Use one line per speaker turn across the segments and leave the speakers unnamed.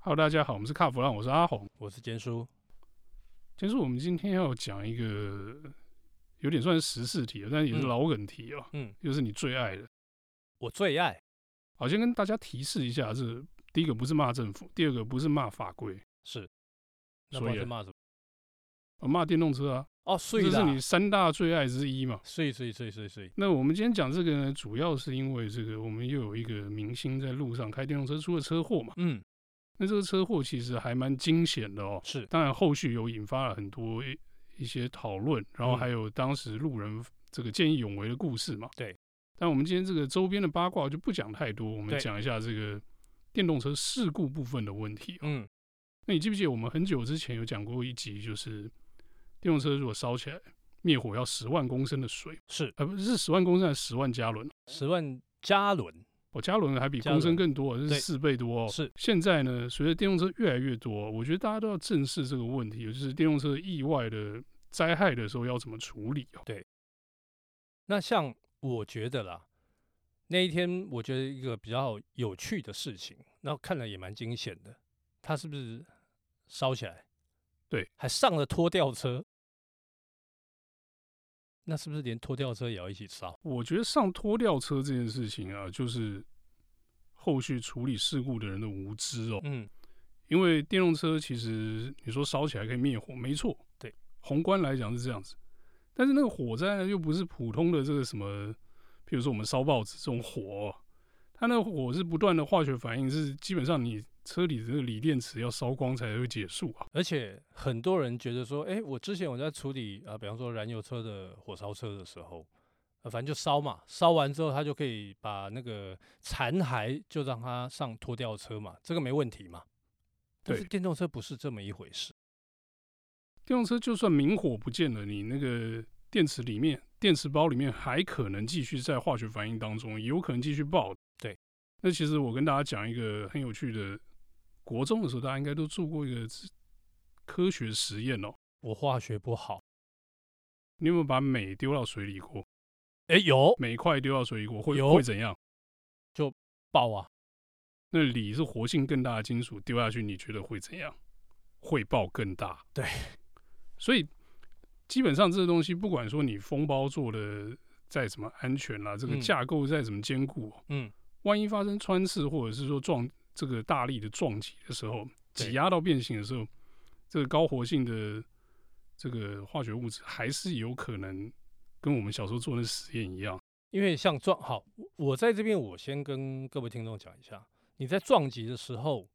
Hello，大家好，我们是卡弗朗，我是阿红。
我是坚叔。
其实我们今天要讲一个有点算是时事题了，啊但也是
嗯
老梗题哦、
嗯，
就是你最爱的。
我最爱
好，先跟大家提示一下是，第一个不是骂政府，第二个不是骂法规，
是，那
所
不
以
是骂什么？
呃骂电动车啊，
哦，碎
这
啦
是你三大最爱之一嘛。
碎碎碎碎碎，
那我们今天讲这个呢，主要是因为这个我们又有一个明星在路上开电动车出了车祸嘛。
嗯，
那这个车祸其实还蛮惊险的哦、
是，
当然后续有引发了很多一一些讨论，然后
嗯
还有当时路人这个见义勇为的故事嘛。
对。
但我们今天这个周边的八卦就不讲太多，我们
对
讲一下这个电动车事故部分的问题。哦
嗯，
那你记不记得我们很久之前有讲过一集，就是电动车如果烧起来灭火要十万公升的水，
是
呃，不是十万公升，还是十万加仑。
十万加仑，
哦，加仑还比
加
公升
仑
更多，这是
对
四倍多、哦。
是
现在呢，随着电动车越来越多，我觉得大家都要正视这个问题，就是电动车意外的灾害的时候要怎么处理哦。
那像我觉得啦，那一天我觉得一个比较有趣的事情，然后看了也蛮惊险的，他是不是烧起来？
对，
还上了拖吊车，那是不是连拖吊车也要一起烧？
我觉得上拖吊车这件事情啊，就是后续处理事故的人的无知哦。
嗯，
因为电动车其实你说烧起来可以灭火，没错，
对，
宏观来讲是这样子。但是那个火灾呢，又不是普通的这个什么，比如说我们烧报纸这种火哦、它那个火是不断的化学反应，是基本上你车里的这个锂电池要烧光才会结束啊。
而且很多人觉得说，哎、我之前我在处理啊、比方说燃油车的火烧车的时候，呃、反正就烧嘛，烧完之后它就可以把那个残骸就让它上拖吊车嘛，这个没问题嘛。但是
对
电动车不是这么一回事，
电动车就算明火不见了，你那个电池里面、电池包里面还可能继续在化学反应当中，也有可能继续爆。
对，
那其实我跟大家讲一个很有趣的，国中的时候大家应该都做过一个自科学实验哦。
我化学不好。
你有没有把镁丢到水里过？
哎、有
镁块丢到水里过会
有
会怎样？
爆啊，
那锂是活性更大的金属，丢下去你觉得会怎样？会爆更大。
对，
所以基本上这个东西，不管说你封包做的再怎么安全啦、这个
嗯
架构再怎么坚固、
嗯，
万一发生穿刺或者是说撞这个大力的撞击的时候，
对
挤压到变形的时候，这个高活性的这个化学物质还是有可能跟我们小时候做的实验一样。
因为像撞好，我我在这边我先跟各位听众讲一下，你在撞击的时候，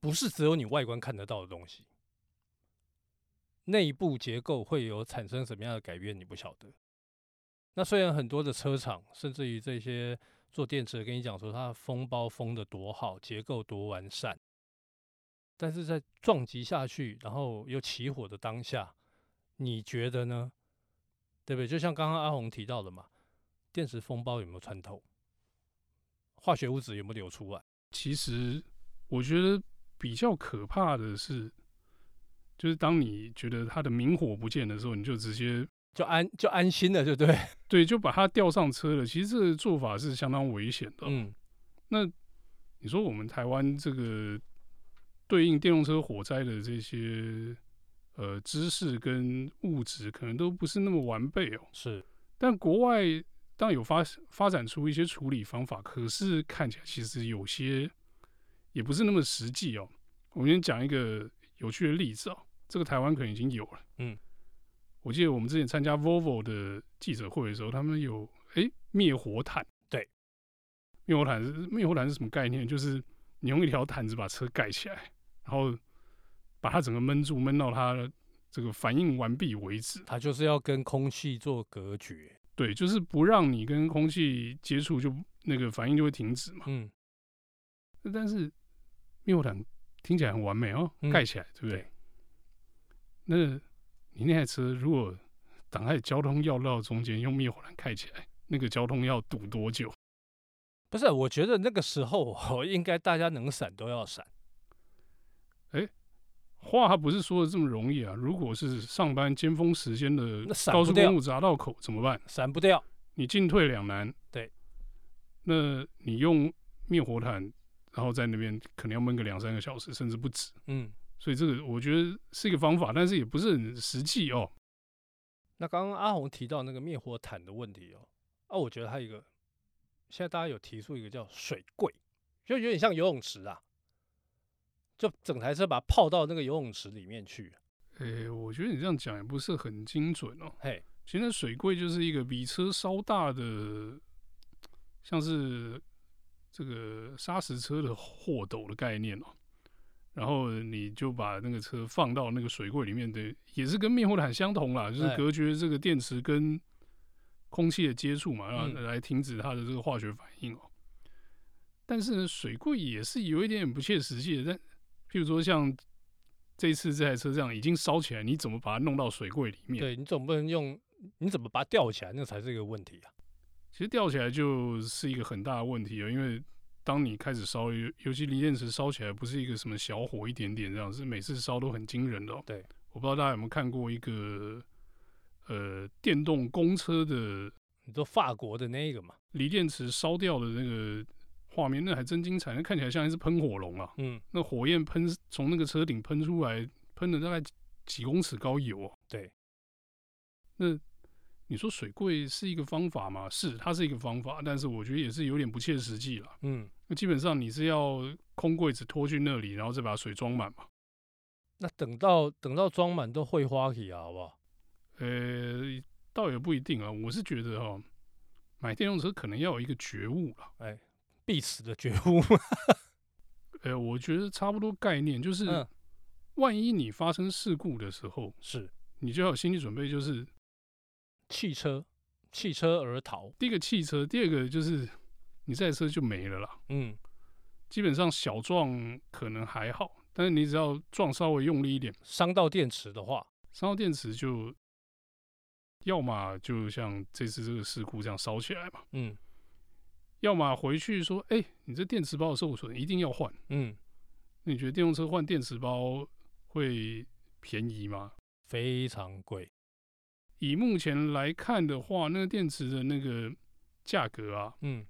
不是只有你外观看得到的东西，内部结构会有产生什么样的改变，你不晓得。那虽然很多的车厂，甚至于这些做电池的跟你讲说它的封包封的多好，结构多完善，但是在撞击下去，然后又起火的当下，你觉得呢？对不对？就像刚刚阿红提到的嘛，电池封包有没有穿透，化学物质有没有流出来？
其实我觉得比较可怕的是，就是当你觉得它的明火不见的时候，你就直接
就安就安心了，对不对？
对就把它吊上车了。其实这个做法是相当危险的哦。
嗯，
你说我们台湾这个对应电动车火灾的这些呃知识跟物质，可能都不是那么完备哦。
是
但国外当然有发发展出一些处理方法，可是看起来其实有些也不是那么实际哦。我们先讲一个有趣的例子哦，这个台湾可能已经有了。
嗯，
我记得我们之前参加 Volvo 的记者会的时候，他们有诶灭火毯。
对，
灭火毯是灭火毯是什么概念？就是你用一条毯子把车盖起来，然后把它整个闷住，闷到它这个反应完毕为止。
它就是要跟空气做隔绝。
对，就是不让你跟空气接触，就那个反应就会停止嘛。
嗯，
但是灭火毯听起来很完美哦，
嗯
盖起来，对不对？那你那台车如果挡在交通要道中间，用灭火毯盖起来，那个交通要堵多久？
不是，我觉得那个时候哦，应该大家能闪都要闪。
话不是说的这么容易啊！如果是上班尖峰时间的
那闪
高
不
速
掉
公路匝道口怎么办？
闪不掉，
你进退两难。
对，
那你用灭火毯然后在那边可能要闷个两三个小时，甚至不止。
嗯，
所以这个我觉得是一个方法，但是也不是很实际哦。
那刚刚阿红提到那个灭火毯的问题哦，啊，我觉得还有一个，现在大家有提出一个叫水柜，就有点像游泳池啊，就整台车把它泡到那个游泳池里面去。
诶、我觉得你这样讲也不是很精准哦。
嘿，
其实水柜就是一个比车稍大的，像是这个砂石车的货斗的概念哦。然后你就把那个车放到那个水柜里面的，也是跟灭火毯相同啦，就是
哎
隔绝这个电池跟空气的接触嘛，然后
嗯
来停止它的这个化学反应哦。但是呢，水柜也是有一点点不切实际的，但譬如说像这次这台车这样已经烧起来，你怎么把它弄到水柜里面？
对你总不能用，你怎么把它吊起来，那才是一个问题啊。
其实吊起来就是一个很大的问题了，啊因为当你开始烧，尤尤其锂电池烧起来，不是一个什么小火一点点这样，是每次烧都很惊人的、哦。
对，
我不知道大家有没有看过一个呃电动公车的
你说法国的那一个嘛，
锂电池烧掉的那个画面，那还真精彩，那看起来像一只喷火龙啊，
嗯，
那火焰喷从那个车顶喷出来，喷了大概几公尺高有哦。
对，
那你说水柜是一个方法吗？是，它是一个方法，但是我觉得也是有点不切实际了。
嗯，
那基本上你是要空柜子拖去那里，然后再把水装满嘛。
那等到等到装满都会花期啊，好不好？
呃，倒也不一定啊。我是觉得哈、哦，买电动车可能要有一个觉悟了。
必死的觉悟。
呃，我觉得差不多概念就是，
嗯，
万一你发生事故的时候，
是
你就要有心理准备，就是
汽车，汽车而逃。
第一个汽车，第二个就是你这台车就没了啦。
嗯，
基本上小撞可能还好，但是你只要撞稍微用力一点，
伤到电池的话，
伤到电池就要么就像这次这个事故这样烧起来嘛，
嗯
要么回去说，哎、你这电池包有受损，一定要换。
嗯，
那你觉得电动车换电池包会便宜吗？
非常贵。
以目前来看的话，那个电池的那个价格啊，
嗯，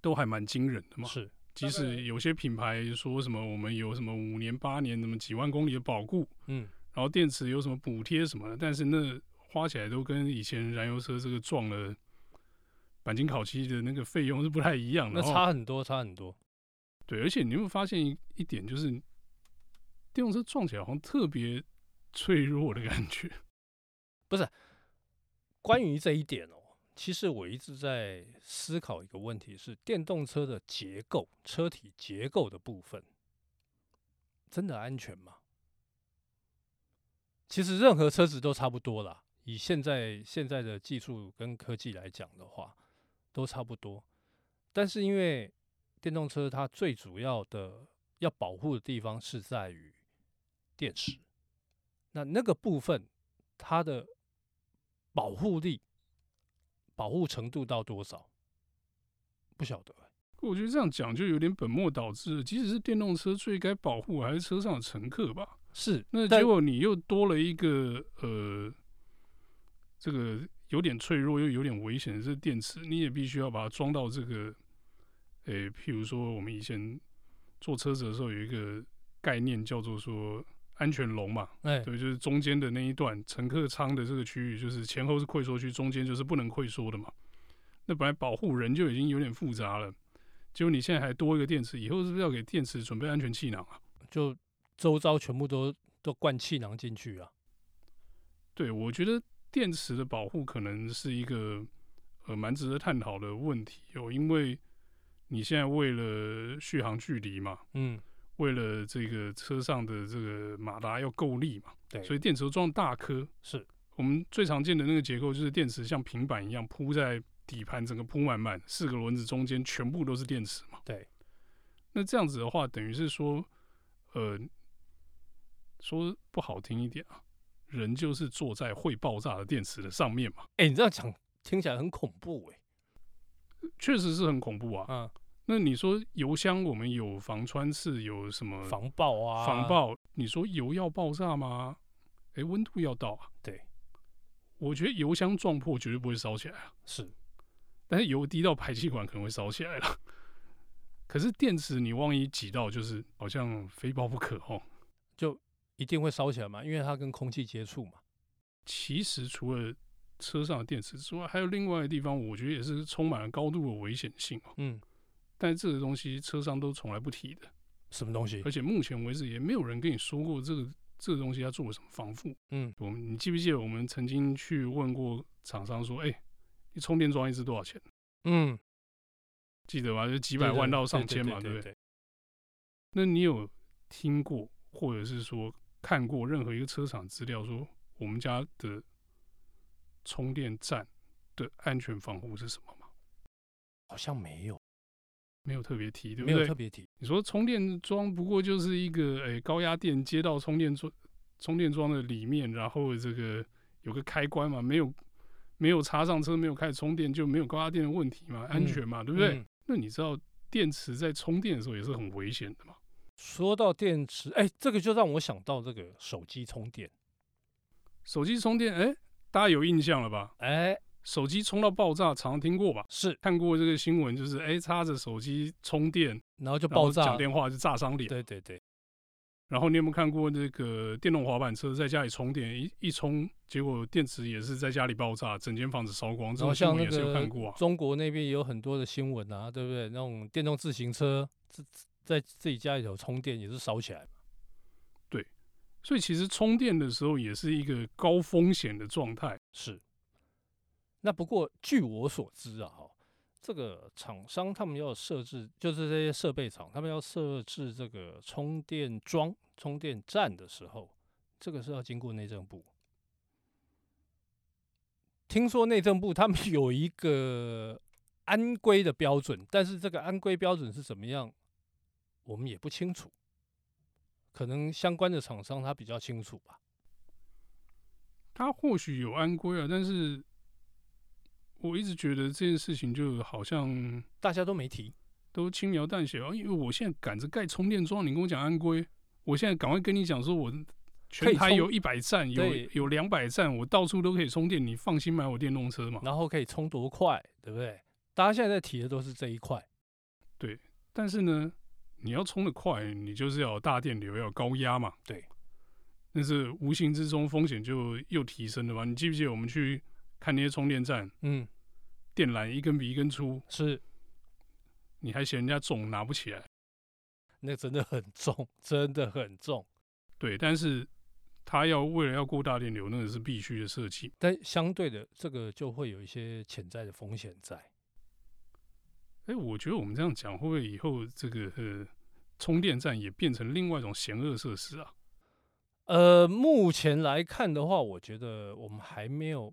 都还蛮惊人的嘛。
是，
即使有些品牌说什么我们有什么五年八年什么几万公里的保固，
嗯，
然后电池有什么补贴什么的，但是那花起来都跟以前燃油车这个撞了钣金烤漆的那个费用是不太一样的。哦
那差很多，差很多。
对，而且你有没有发现一一点，就是电动车撞起来好像特别脆弱的感觉。
关于这一点哦，其实我一直在思考一个问题是：电动车的结构、车体结构的部分，真的安全吗？其实任何车子都差不多啦，以现在现在的技术跟科技来讲的话，都差不多。但是因为电动车它最主要的要保护的地方是在于电池，那那个部分它的保护力、保护程度到多少，不晓得欸、
我觉得这样讲就有点本末倒置了。即使是电动车，最该保护还是车上的乘客吧。
是，
那
但
结果你又多了一个呃，这个有点脆弱又有点危险的这电池，你也必须要把它装到这个，诶、譬如说我们以前坐车子的时候有一个概念叫做说安全笼嘛，
哎，
对，就是中间的那一段乘客舱的这个区域，就是前后是溃缩区，中间就是不能溃缩的嘛。那本来保护人就已经有点复杂了，结果你现在还多一个电池，以后是不是要给电池准备安全气囊啊？
就周遭全部都都灌气囊进去啊。
对，我觉得电池的保护可能是一个呃蛮值得探讨的问题哦，因为你现在为了续航距离嘛，
嗯，
为了这个车上的这个马达要够力嘛，
对，
所
以
以电池都装大颗。
是
我们最常见的那个结构就是电池像平板一样铺在底盘，整个铺满满，四个轮子中间全部都是电池嘛。
对。
那这样子的话，等于是说，呃，说不好听一点啊，人就是坐在会爆炸的电池的上面嘛，
哎、你这样讲听起来很恐怖哎、
确实是很恐怖啊。
啊，
那你说油箱我们有防穿刺，有什么
防爆啊，
防，爆？你说油要爆炸吗？诶，温度要到啊。
对，
我觉得油箱撞破绝对不会烧起来啊。
是
但是油滴到排气管可能会烧起来了。可是电池你万一挤到，就是好像非爆不可哦。
一定会烧起来嘛，因为它跟空气接触嘛。
其实除了车上的电池之外，还有另外的地方，我觉得也是充满了高度的危险性哦。
嗯，
但这个东西车商都从来不提的，
什么东西？
而且目前为止也没有人跟你说过这个这个东西要做什么防护。
嗯，
我们你记不记得我们曾经去问过厂商说，哎、你充电桩一支多少钱？
嗯，
记得吗？就几
几
百万到上千嘛，
对
对不对？
对？
那你有听过或者是说看过任何一个车厂资料说我们家的充电站的安全防护是什么吗？
好像没有，
没有特别提，对不
没有
对
特？别提。
你说充电桩不过就是一个诶、高压电接到充电桩充电桩的里面，然后这个有个开关嘛，没有没有插上车，没有开始充电就没有高压电的问题嘛，安
嗯
全嘛，对不对？
嗯
那你知道电池在充电的时候也是很危险的嘛？
说到电池，哎，这个就让我想到这个手机充电。
手机充电，哎、大家有印象了吧？
哎，
手机充到爆炸，常听过吧？
是，
看过这个新闻，就是哎、插着手机充电，
然后就
然后
爆炸
讲。电话就炸伤脸。
对对对，
然后你有没有看过那个电动滑板车在家里充电，一一充，结果电池也是在家里爆炸，整间房子烧光，这
然
种新
后像
闻
那
也是有
个
看过啊。
中国那边也有很多的新闻啊，对不对？那种电动自行车自在自己家里头充电也是烧起来嘛。
所以其实充电的时候也是一个高风险的状态。
是。那不过据我所知啊，哈，这个厂商他们要设置，就是这些设备厂，他们要设置这个充电桩、充电站的时候，这个是要经过内政部。听说内政部他们有一个安规的标准，但是这个安规标准是怎么样，我们也不清楚。可能相关的厂商他比较清楚吧。
它或许有安规啊，但是我一直觉得这件事情就好像
大家都没提，
都轻描淡写啊，因为我现在赶着盖充电桩，你跟我讲安规，我现在赶快跟你讲说我。全台
充
有一百站，有
对
有两百站，我到处都可以充电。你放心买我电动车嘛。
然后可以充多快，对不对？大家现在在提的都是这一块，
但是呢，你要冲得快，你就是要有大电流，要有高压嘛。
对，
但是无形之中风险就又提升了嘛。你记不记得我们去看那些充电站，
嗯，
电缆一根比一根粗，
是，
你还嫌人家重拿不起来？
那真的很重，真的很重。
对，但是它要为了要过大电流，那个是必须的设计。
但相对的，这个就会有一些潜在的风险在。
哎，我觉得我们这样讲，会不会以后这个呃充电站也变成另外一种险恶设施啊？
呃，目前来看的话，我觉得我们还没有，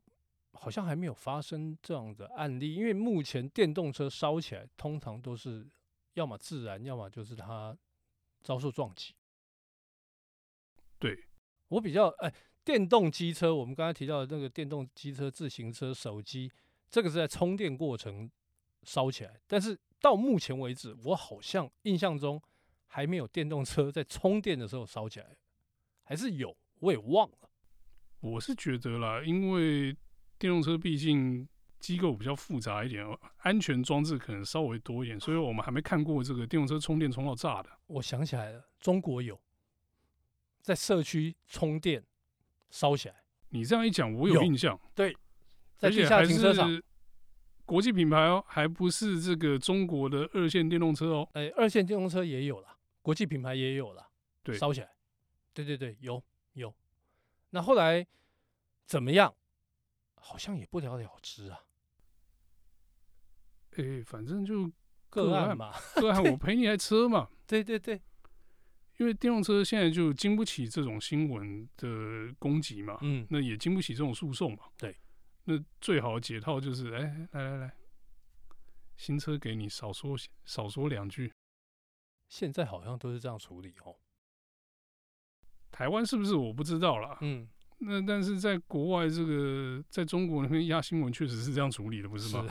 好像还没有发生这样的案例，因为目前电动车烧起来，通常都是要么自燃，要么就是它遭受撞击。
对，
我比较哎，电动机车，我们刚才提到的那个电动机车、自行车、手机，这个是在充电过程烧起来。但是到目前为止，我好像印象中还没有电动车 在充电的时候烧起来，还是有，我也忘了。
我是觉得啦，因为电动车毕竟机构比较复杂一点，哦，安全装置可能稍微多一点，所以我们还没看过这个电动车充电充到炸的。
我想起来了，中国有在社区充电烧起来，
你这样一讲，我有
有
印象，
在
而且
地下
还
停车场，
是国际品牌哦，还不是这个中国的二线电动车哦。
哎，二线电动车也有了，国际品牌也有了，
对
烧起来，对对对，有有。那后来怎么样？好像也不了了之啊，
诶，反正 就
个
个
案
案
嘛，
哥还我陪你来车嘛，
对对对，
因为电动车现在就经不起这种新闻的攻击嘛。
嗯，
那也经不起这种诉讼嘛。
对，
那最好的解套就是，哎、来来来，新车给你少说些少说两句。
现在好像都是这样处理哦，
台湾是不是我不知道啦。
嗯，
那但是在国外这个，在中国那边压新闻确实是这样处理的，不是吗？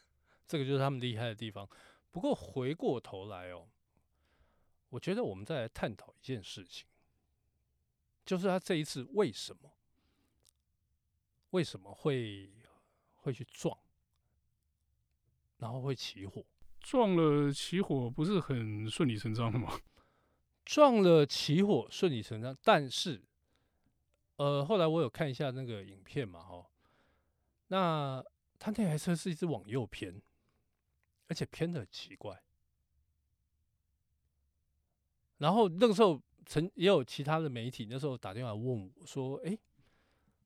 这个就是他们厉害的地方。不过回过头来哦，我觉得我们再来探讨一件事情，就是他这一次为什么为什么会会去撞，然后会起火？
撞了起火，不是很顺理成章的吗？
撞了起火，顺理成章。但是，呃，后来我有看一下那个影片嘛，哈，那他那台车是一直往右偏，而且偏的很奇怪。然后那个时候，曾也有其他的媒体那时候打电话问我说：“诶，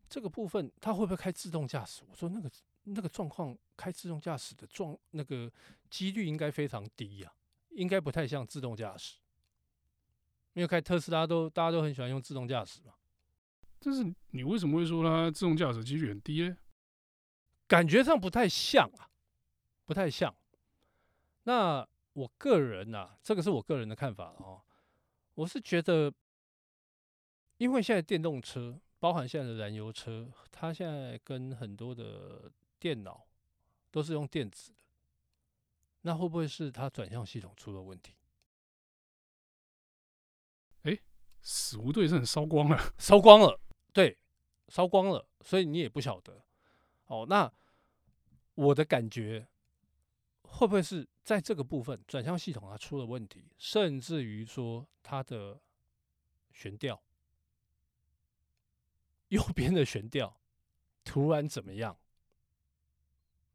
这个部分他会不会开自动驾驶？”我说：“那个那个状况，开自动驾驶的状那个几率应该非常低呀、应该不太像自动驾驶。”因为开特斯拉都大家都很喜欢用自动驾驶嘛，
但是你为什么会说它自动驾驶几率很低呢？
感觉上不太像啊，不太像。那我个人呐、啊这个是我个人的看法了哦，我是觉得，因为现在电动车，包含现在的燃油车，它现在跟很多的电脑都是用电子的，那会不会是它转向系统出了问题？
死无对证，烧光了。
烧光了，对，烧光了，所以你也不晓得。哦，那我的感觉会不会是在这个部分转向系统它出了问题，甚至于说它的悬吊，右边的悬吊突然怎么样，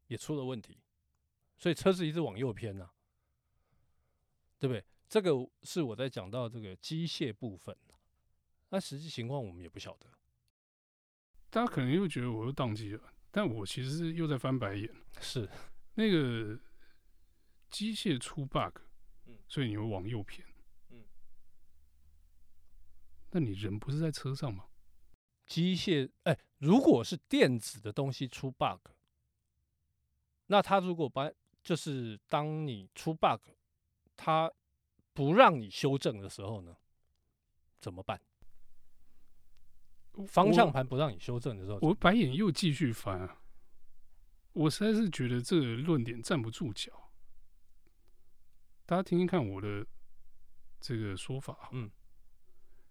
也出了问题，所以车子一直往右偏呐、对不对？这个是我在讲到这个机械部分。那实际情况我们也不晓得。
大家可能又觉得我又宕机了，但我其实是又在翻白眼。
是，
那个机械出 bug，
嗯
所以你会往右偏，
嗯
那你人不是在车上吗？
机械，哎、如果是电子的东西出 bug，那它如果把就是当你出 bug，它不让你修正的时候呢，怎么办？方向盘不让你修正的时候怎
我，
么
我白眼又继续翻啊！我实在是觉得这个论点站不住脚。大家听听看我的这个说法啊，
嗯，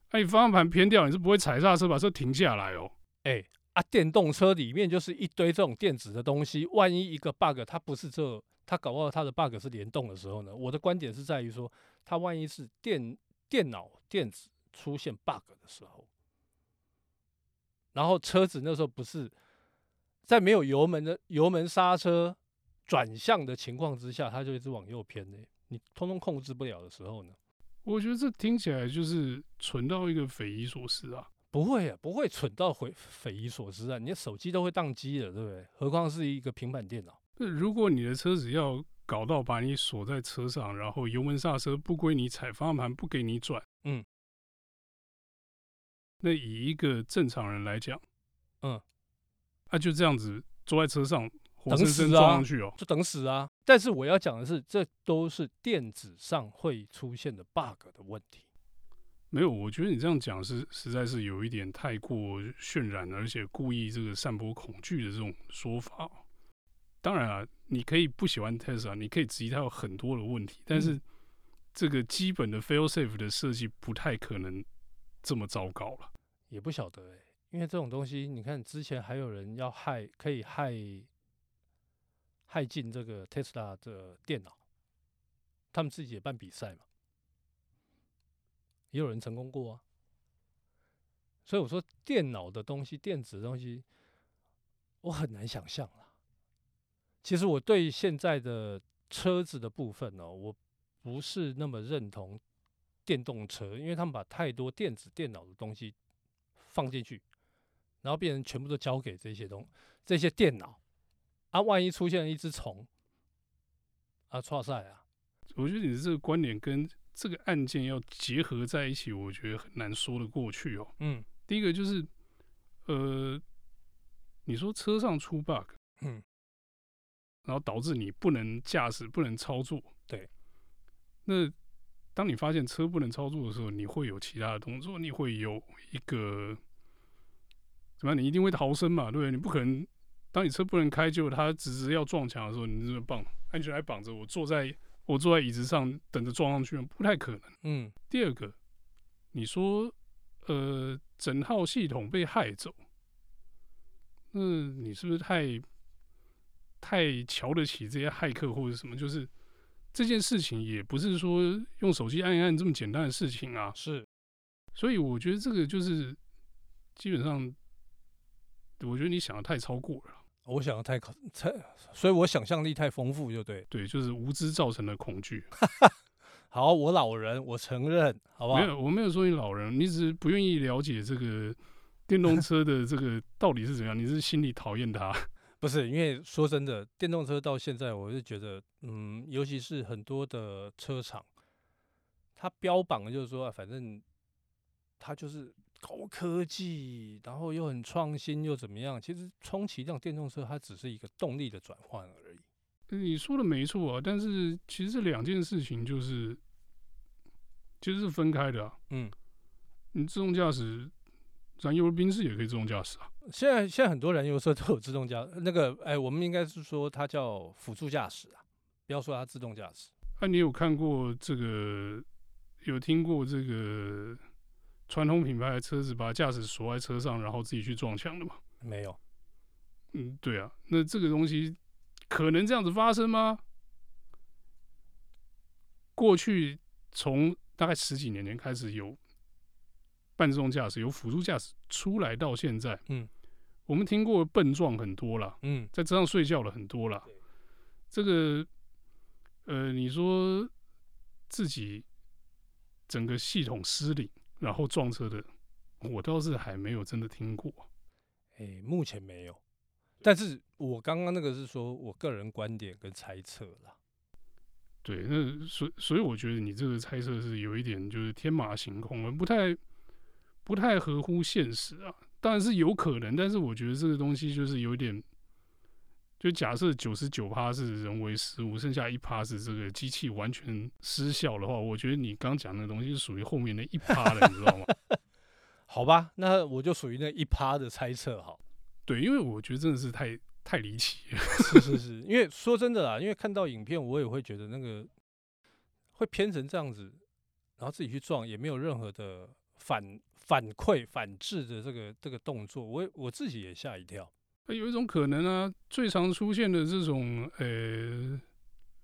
哎、你方向盘偏掉，你是不会踩刹车把车停下来哦。
哎、啊，电动车里面就是一堆这种电子的东西，万一一个 bug 它不是这，它搞不好它的 bug 是联动的时候呢？我的观点是在于说，它万一是电电脑电子出现 bug 的时候，然后车子那时候不是在没有油门的油门刹车转向的情况之下，它就一直往右偏呢、你通通控制不了的时候呢？
我觉得这听起来就是蠢到一个匪夷所思啊！
不会啊，不会蠢到匪匪夷所思啊！你的手机都会宕机了，对不对？何况是一个平板电脑。
那如果你的车子要搞到把你锁在车上，然后油门刹车不归你踩，方向盘不给你转，
嗯，
那以一个正常人来讲，
嗯，
啊，就这样子坐在车上，活
等
生
死
生
啊
撞上去哦，
就等死啊。但是我要讲的是，这都是电子上会出现的 bug 的问题。
没有，我觉得你这样讲是实在是有一点太过渲染，而且故意这个散播恐惧的这种说法哦。当然啊，你可以不喜欢 Tesla，你可以质疑它有很多的问题，但是这个基本的 fail safe 的设计不太可能这么糟糕了。
也不晓得哎、因为这种东西，你看之前还有人要害，可以害害进这个 Tesla 的电脑，他们自己也办比赛嘛，也有人成功过啊。所以我说，电脑的东西，电子的东西，我很难想象啦。其实我对现在的车子的部分呢、哦我不是那么认同电动车，因为他们把太多电子电脑的东西放进去，然后变成全部都交给这些东这些电脑啊，万一出现了一只虫啊，错赛啊，
我觉得你这个观点跟这个案件要结合在一起，我觉得很难说得过去哦。
嗯
第一个就是，呃，你说车上出 bug，
嗯，
然后导致你不能驾驶、不能操作。
对。
那当你发现车不能操作的时候，你会有其他的动作，你会有一个怎么样？你一定会逃生嘛，对不对？你不可能当你车不能开，就它直直要撞墙的时候，你这绑安全带绑着，我坐在我坐在椅子上等着撞上去，不太可能。
嗯
第二个，你说呃，整套系统被害走，那你是不是太太瞧得起这些骇客或者什么？就是这件事情也不是说用手机按一按这么简单的事情啊。
是
所以我觉得这个就是基本上，我觉得你想的太超过了。
我想的太可太，所以我想象力太丰富，就对。
对，就是无知造成的恐惧。
好，我老人，我承认，好不好
没？有，我没有说你老人，你只是不愿意了解这个电动车的这个到底是怎样，你是心里讨厌它。
不是，因为说真的，电动车到现在，我是觉得，嗯，尤其是很多的车厂，它标榜的就是说，啊反正它就是高科技，然后又很创新，又怎么样？其实充其量电动车它只是一个动力的转换而已。
你说的没错啊，但是其实这两件事情就是其实是分开的、啊。
嗯，
你自动驾驶，燃油宾士也可以自动驾驶啊。
现在现在很多燃油车都有自动驾，那个，哎，我们应该是说它叫辅助驾驶啊，不要说它自动驾驶。
那、啊你有看过这个？有听过这个传统品牌的车子把驾驶锁在车上，然后自己去撞墙的吗？
没有，
嗯，对啊，那这个东西可能这样子发生吗？过去从大概十几年前开始有半自动驾驶、有辅助驾驶出来到现在，
嗯，
我们听过笨撞很多啦，
嗯，
在车上睡觉了很多啦。这个，呃，你说自己整个系统失灵，然后撞车的，我倒是还没有真的听过。
诶，目前没有，但是我刚刚那个是说我个人观点跟猜测啦。
对，那所所以我觉得你这个猜测是有一点就是天马行空了，不太不太合乎现实啊。当然是有可能，但是我觉得这个东西就是有点，就假设九十九趴是人为失误，剩下一趴是这个机器完全失效的话，我觉得你刚讲那个东西是属于后面那一趴的，你知道吗？
好吧，那我就属于那一趴的猜测好。
对，因为我觉得真的是太太离奇了。
是是是，因为说真的啦，因为看到影片，我也会觉得那个会偏成这样子，然后自己去撞，也没有任何的反反馈、反制的这个这个动作，我也我自己也吓一跳。
有一种可能啊，最常出现的这种呃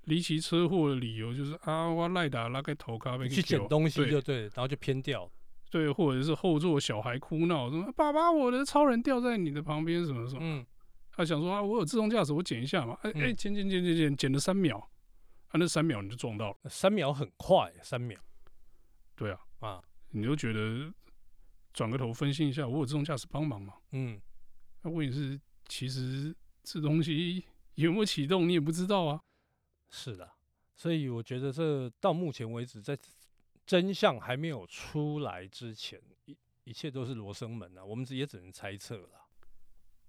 离奇车祸的理由就是啊，我赖打拉开头咖啡
去捡东西
对
就对，然后就偏掉。
对，或者是后座小孩哭闹，什么爸爸，我的超人掉在你的旁边，什么什么，
嗯，
他、想说啊，我有自动驾驶，我捡一下嘛，哎、
嗯
哎、捡捡捡捡捡，捡了三秒，啊，那三秒你就撞到了，
嗯三秒很快，三秒
对啊，
啊，
你就觉得转个头分析一下，我有自动驾驶帮忙嘛？
嗯，
那、问题是，其实这东西有没有启动你也不知道啊，
是的。所以我觉得这到目前为止，在真相还没有出来之前，一一切都是罗生门啊，我们只也只能猜测了。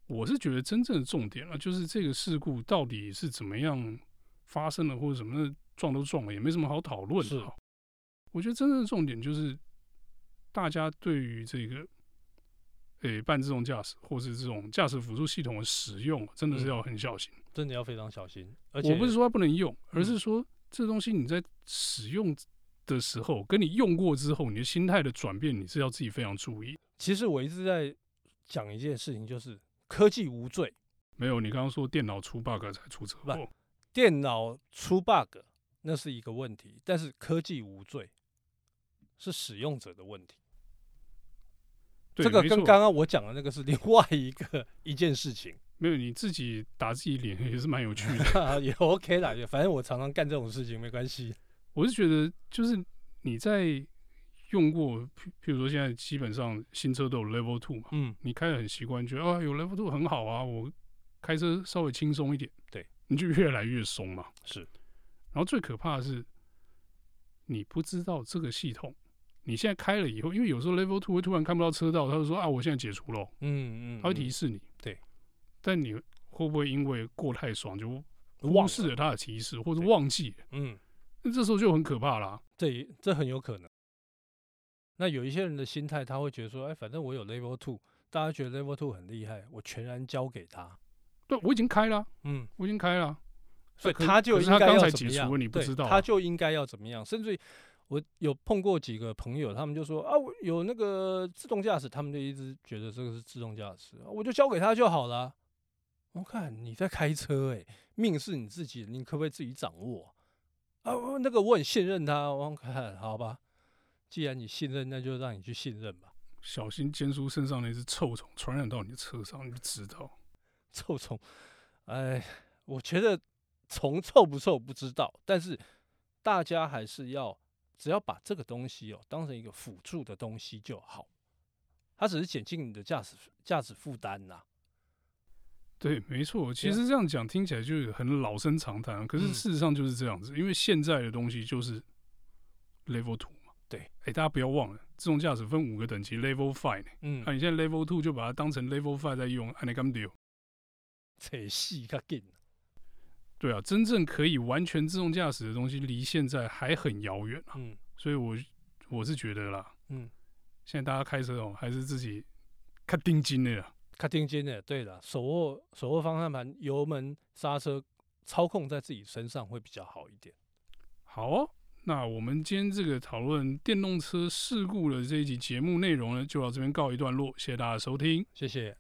我是觉得真正的重点啊，就是这个事故到底是怎么样发生的，或者什么的撞都撞了，也没什么好讨论
是
的啊。我觉得真正的重点就是大家对于这个，诶、半自动驾驶或是这种驾驶辅助系统的使用，啊真的是
嗯
要很小心。
真的要非常小心。而且
我不是说它不能用，而
嗯
是说这东西你在使用的时候，跟你用过之后，你的心态的转变，你是要自己非常注意。
其实我一直在讲一件事情，就是科技无罪，
没有，你刚刚说电脑出 bug 才出车祸，
电脑出 bug 那是一个问题，但是科技无罪是使用者的问题。
对
这个
没
跟
错
刚刚我讲的那个是另外一个一件事 情，
没有，你自己打自己脸也是蛮有趣的。
也 OK 啦，也反正我常常干这种事情，没关系。
我是觉得，就是你在用过，譬譬如说现在基本上新车都有 Level Two 嘛，
嗯，
你开的很习惯，觉得啊有 Level Two 很好啊，我开车稍微轻松一点，
对，
你就越来越松嘛。
是
然后最可怕的是，你不知道这个系统，你现在开了以后，因为有时候 Level Two 会突然看不到车道，他就说啊我现在解除了，
嗯嗯，
他会
嗯
提示你。
对，
但你会不会因为过太爽就
忘
忽视
了
了他的提示，或者
对
忘记了？
嗯，
那这时候就很可怕啦。
这也这很有可能。那有一些人的心态，他会觉得说，哎，反正我有 Level Two，大家觉得 Level Two 很厉害，我全然交给他。
对，我已经开了，
嗯，
我已经开了。
所以
啊可
他就
可是
应
他
该
刚
要
才
怎
解
么样？
除了你不
对
知道
他
啊
就应该要怎么样？甚至于我有碰过几个朋友，他们就说啊，我有那个自动驾驶，他们就一直觉得这个是自动驾驶，我就交给他就好了。我看你在开车、欸，命是你自己的，你可不可以自己掌握啊？啊，我那个我很信任他，我看好吧，既然你信任，那就让你去信任吧。
小心坚叔身上那只臭虫传染到你的车上，你就知道。
臭虫，哎，我觉得虫臭不臭不知道，但是大家还是要只要把这个东西哦当成一个辅助的东西就好，它只是减轻你的驾驶驾驶负担呐。
对，没错。其
对啊
实这样讲听起来就是很老生常谈，啊可是
嗯
事实上就是这样子，因为现在的东西就是 Level Two 嘛。
对，
哎，大家不要忘了，自动驾驶分五个等级，Level Five 呢。
嗯
啊，，你现在 Level Two 就把它当成 Level Five 在用，按你干丢。
扯戏较紧。
对啊，真正可以完全自动驾驶的东西，离现在还很遥远啊。
嗯
所以我我是觉得啦，
嗯，
现在大家开车哦，还是自己看定金的啦。
卡定金的，对了，手握手握方向盘、油门、刹车操控在自己身上会比较好一点。
好哦，那我们今天这个讨论电动车事故的这一集节目内容呢，就到这边告一段落，谢谢大家的收听。
谢谢。